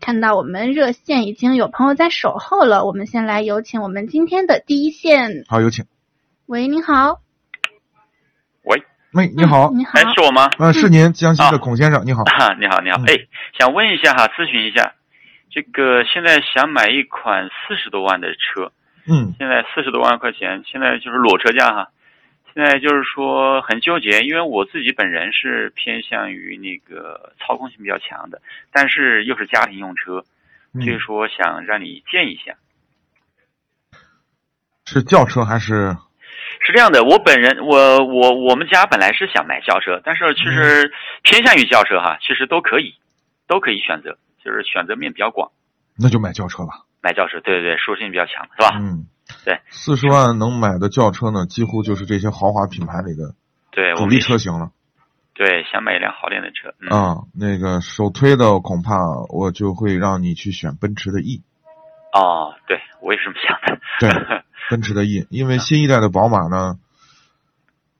看到我们热线已经有朋友在守候了，我们先来有请我们今天的第一线。好，有请。喂，您好。喂，喂，你好，嗯你好哎，，是我吗？呃，是您江西的孔先生，你好。嗯啊，你好，你好，哎，想问一下哈，咨询一下，这个现在想买一款四十多万的车，嗯现在四十多万块钱，现在就是裸车价哈，现在就是说很纠结，因为我自己本人是偏向于那个操控性比较强的，但是又是家庭用车，所以嗯，说想让你建议一下。是轿车还是？是这样的，我本人我我我们家本来是想买轿车，但是其嗯实偏向于轿车哈，其实都可以，都可以选择，就是选择面比较广。那就买轿车吧。买轿车，对对对，舒适性比较强，是吧？嗯，啊对，四十万能买的轿车呢，几乎就是这些豪华品牌里的对，我主们力也车型了对想买一辆好点的车，嗯，啊。那个首推的恐怕我就会让你去选奔驰的 E，哦，对我也是这么想的， 对，奔驰的 E，因为新一代的宝马呢，啊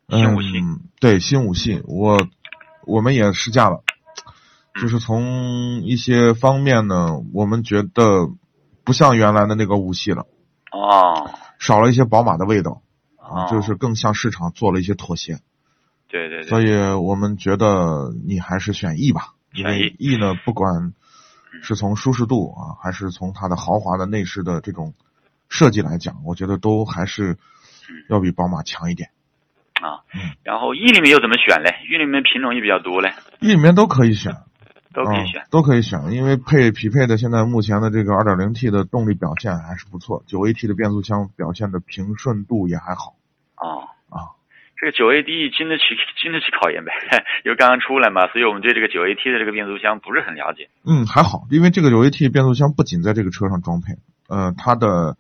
新五系嗯，对新五系，我我们也试驾了，嗯就是从一些方面呢，我们觉得不像原来的那个五系了，哦，少了一些宝马的味道哦啊，就是更向市场做了一些妥协，对对所对，以我们觉得你还是选 E 吧，因为选 E 呢，不管是从舒适度啊，还是从它的豪华的内饰的这种设计来讲，我觉得都还嗯是要比宝马强一点。啊嗯然后 E 里面又怎么选嘞？E 里面品种也比较多嘞， E 里面都可以选，都可以嗯选，都可以选，因为配匹配的现在目前的这个 2.0T 的动力表现还是不错，9AT 的变速箱表现的平顺度也还好。哦。啊这个九 AD 经得起经得起考验呗， 因为刚刚出来嘛，所以我们对这个九 AT 的这个变速箱不是很了解。嗯，还好，因为这个 9AT 变速箱不仅在这个车上装配，呃，它的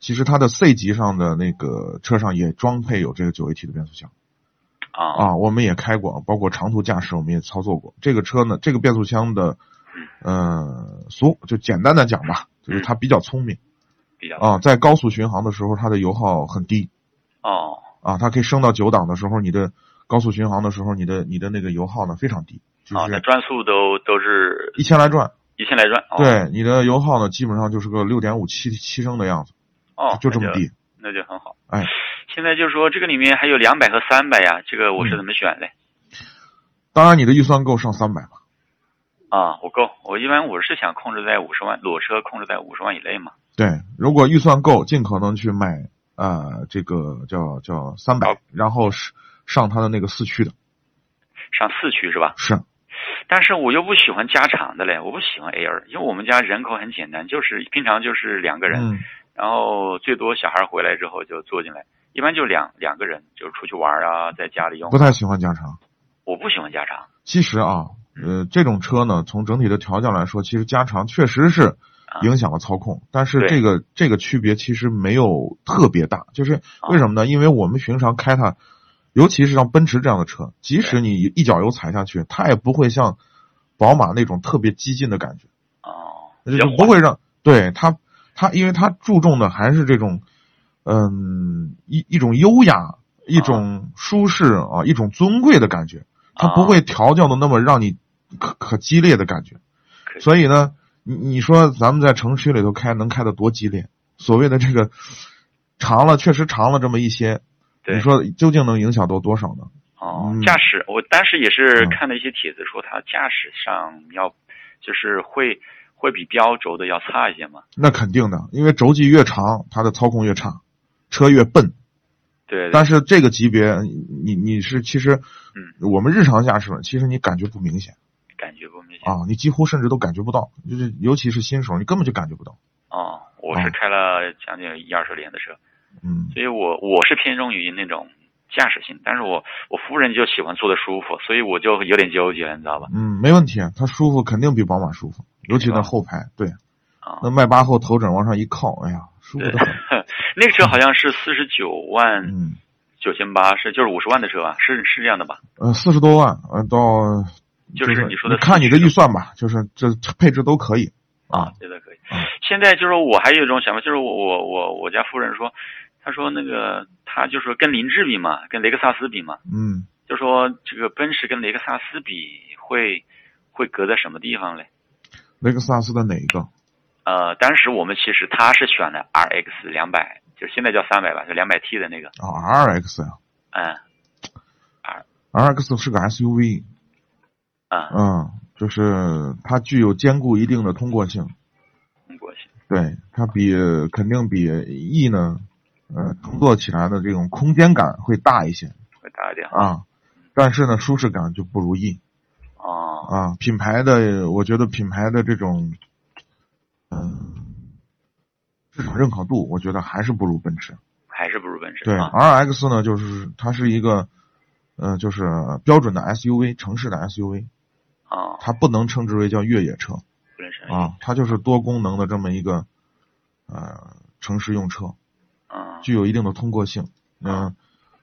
其实它的 C 级上的那个车上也装配有这个 9AT 的变速箱啊啊，我们也开过，包括长途驾驶我们也操作过。这个车呢，这个变速箱的，呃，俗就简单的讲吧，就是它比较聪明比较啊，在高速巡航的时候，它的油耗很低哦啊，它可以升到九档的时候，你的高速巡航的时候，你的你的那个油耗呢非常低，就哦，那是转速都都是一千来转，一千来转，哦对，你的油耗呢，基本上就是个六点五七七升的样子，哦，就就这那么低。那就很好。哎，现在就是说这个里面还有两百和三百呀，这个我是嗯怎么选嘞？当然，你的预算够上三百吧。啊，我够，我一般我是想控制在五十万，裸车控制在五十万以内嘛。对，如果预算够，尽可能去买呃这个叫叫三百好，然后是上它的那个四驱的，上四驱是吧？是但是我又不喜欢加长的嘞，我不喜欢 A 二，因为我们家人口很简单，就是平常就是两个人，嗯然后最多小孩回来之后就坐进来，一般就两两个人，就是出去玩啊，在家里用不。太喜欢加长。我不喜欢加长，其实啊，呃，这种车呢，从整体的条件来说，其实加长确实是啊影响了操控，但是对这个这个区别其实没有特别大。就是为什么呢？因为我们平常开它，尤其是像奔驰这样的车，即使你一脚油踩下去，它也不会像宝马那种特别激进的感觉，哦，就比较是不会让对它它，因为它注重的还是这种，嗯，一一种优雅。一种舒适啊，一种尊贵的感觉，它不啊会调教的那么让你可可激烈的感觉。可以所以呢，你你说咱们在城区里头开能开得多激烈？所谓的这个长了，确实长了这么一些，对你说究竟能影响到多少呢？哦，嗯驾驶，我当时也是嗯看了一些帖子说，它驾驶上要就是会会比标轴的要差一些嘛。那肯定的，因为轴距越长，它的操控越差，车越笨。对，对但是这个级别，你你你是其实，嗯我们日常驾驶其实你感觉不明显感觉不明显。啊，你几乎甚至都感觉不到，就是尤其是新手，你根本就感觉不到。哦，我是啊开了将近一二十年的车，嗯，所以我我是偏重于那种驾驶性，但是我我夫人就喜欢坐的舒服，所以我就有点纠结，你知道吧？嗯，没问题，它舒服肯定比宝马舒服，尤其是吧那后排，对，啊，那迈巴后头枕往上一靠，哎呀，舒服对的很。，那个车好像是四十九万嗯，九千八，是就是五十万的车吧？是是这样的吧？呃，四十多万，呃，到就是是你说的看你四的驱的预算吧，就是这配置都可以啊。觉得可以啊。现在就是我还有一种想法，就是我我我我家夫人说，她说那个她就说跟凌志比嘛，跟雷克萨斯比嘛，嗯，就说这个奔驰跟雷克萨斯比会会隔在什么地方嘞？雷克萨斯的哪一个？啊呃，当时我们其实他是选的 RX 两百，就是现在叫三百吧，就两百 T 的那个，啊，RX 呀嗯，RX 是个 SUV，嗯，嗯，就是它具有兼顾一定的通过性，嗯中国型，对它比肯定比 E 呢，呃，做起来的这种空间感会大一些会大一点啊。啊，但是呢，舒适感就不如 E 哦，啊。品牌的，我觉得品牌的这种，嗯、市场认可度，我觉得还是不如奔驰。还是不如奔驰对啊。 ，RX 呢，就是它是一个，呃，就是标准的 SUV，城市的 SUV，啊，它不能称之为叫越野车不能生啊，它就是多功能的这么一个，呃，城市用车，嗯，具有一定的通过性。嗯、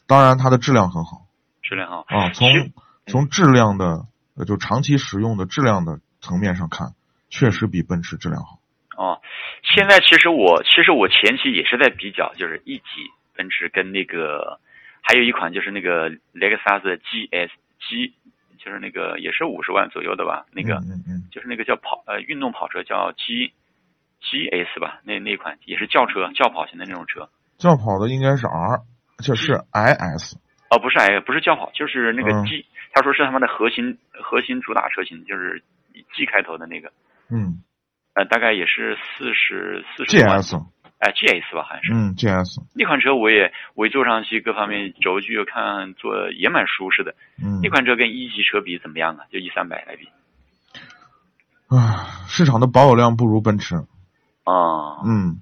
当然它的质量很好质量好啊，从其实从质量的呃就长期使用的质量的层面上看，确实比奔驰质量好。哦。现在其实我其实我前期也是在比较，就是一级奔驰跟那个，还有一款就是那个雷克萨斯 GS G，就是那个也是五十万左右的吧，那个、嗯嗯嗯，就是那个叫跑呃运动跑车叫 G G S 吧，那那款也是轿车轿跑型的那种车。轿跑的应该是 R，就是呃 IS。哦，不是哎，不是轿跑，就是那个嗯 G，、他说是他们的核心核心主打车型，就是以 G 开头的那个，嗯呃，大概也是四十四十万， ，GS，哎，GS 吧，好像是、嗯，GS，那款车，我也我也坐上去，各方面轴距又看坐也蛮舒适的。嗯那，款车跟一级车比怎么样啊？就一三百来比啊，市场的保有量不如奔驰。啊、嗯，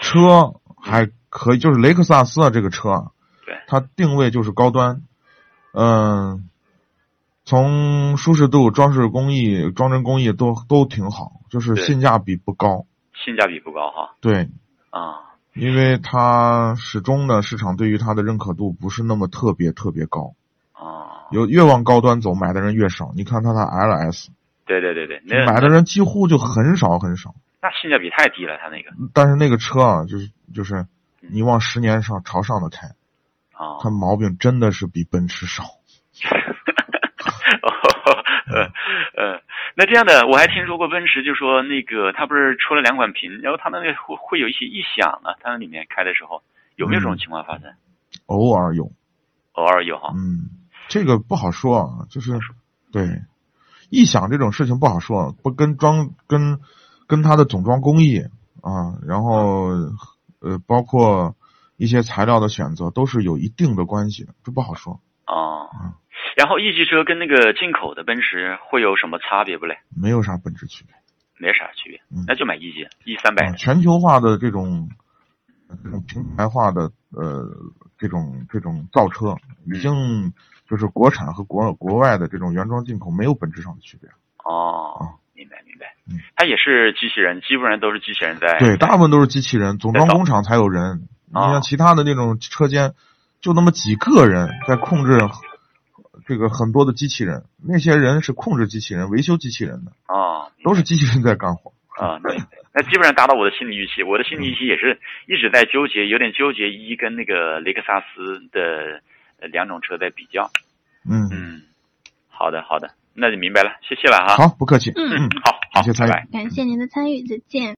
车还可以，就是雷克萨斯啊，这个车啊，对它定位就是高端。嗯、从舒适度、装饰工艺、装帧工艺都都挺好，就是对性价比不高。性价比不高哈对，啊、因为它始终呢，市场对于它的认可度不是那么特别特别高。啊、有越往高端走，买的人越少。你看它的 LS，对对对对，那买的人几乎就很少很少。那性价比太低了，他那个但是那个车啊，就是就是你往十年上朝上的开，啊。它毛病真的是比奔驰少。 哦，呃呃，那这样的，我还听说过奔驰，就说那个它不是出了两款屏，然后它那个会会有一些异响啊，它那里面开的时候有没有这嗯种情况发生？偶尔有，偶尔有哈，嗯，这个不好说啊，就是对，异响这种事情不好说，不跟装跟跟它的总装工艺啊，然后呃，包括一些材料的选择都是有一定的关系的，这不好说，哦嗯，然后 E 级车跟那个进口的奔驰会有什么差别不嘞？没有啥本质区别。没啥区别嗯，那就买 E 级 E 三百啊，全球化的这种这种平台化的呃这种这种造车，已经就是国产和国国外的这种原装进口没有本质上的区别。哦啊，明白明白嗯，它也是机器人，基本上都是机器人在对，大部分都是机器人，总装工厂才有人。你哎啊像其他的那种车间，就那么几个人在控制这个很多的机器人，那些人是控制机器人、维修机器人的，哦，都是机器人在干活。啊，对，那基本上达到我的心理预期。我的心理预期也是一直在纠结，有点纠结一跟那个雷克萨斯的呃两种车在比较。嗯，嗯，好的，好的，那就明白了，谢谢了哈。好，不客气。嗯嗯，好，好，谢谢参与拜拜。感谢您的参与，再见。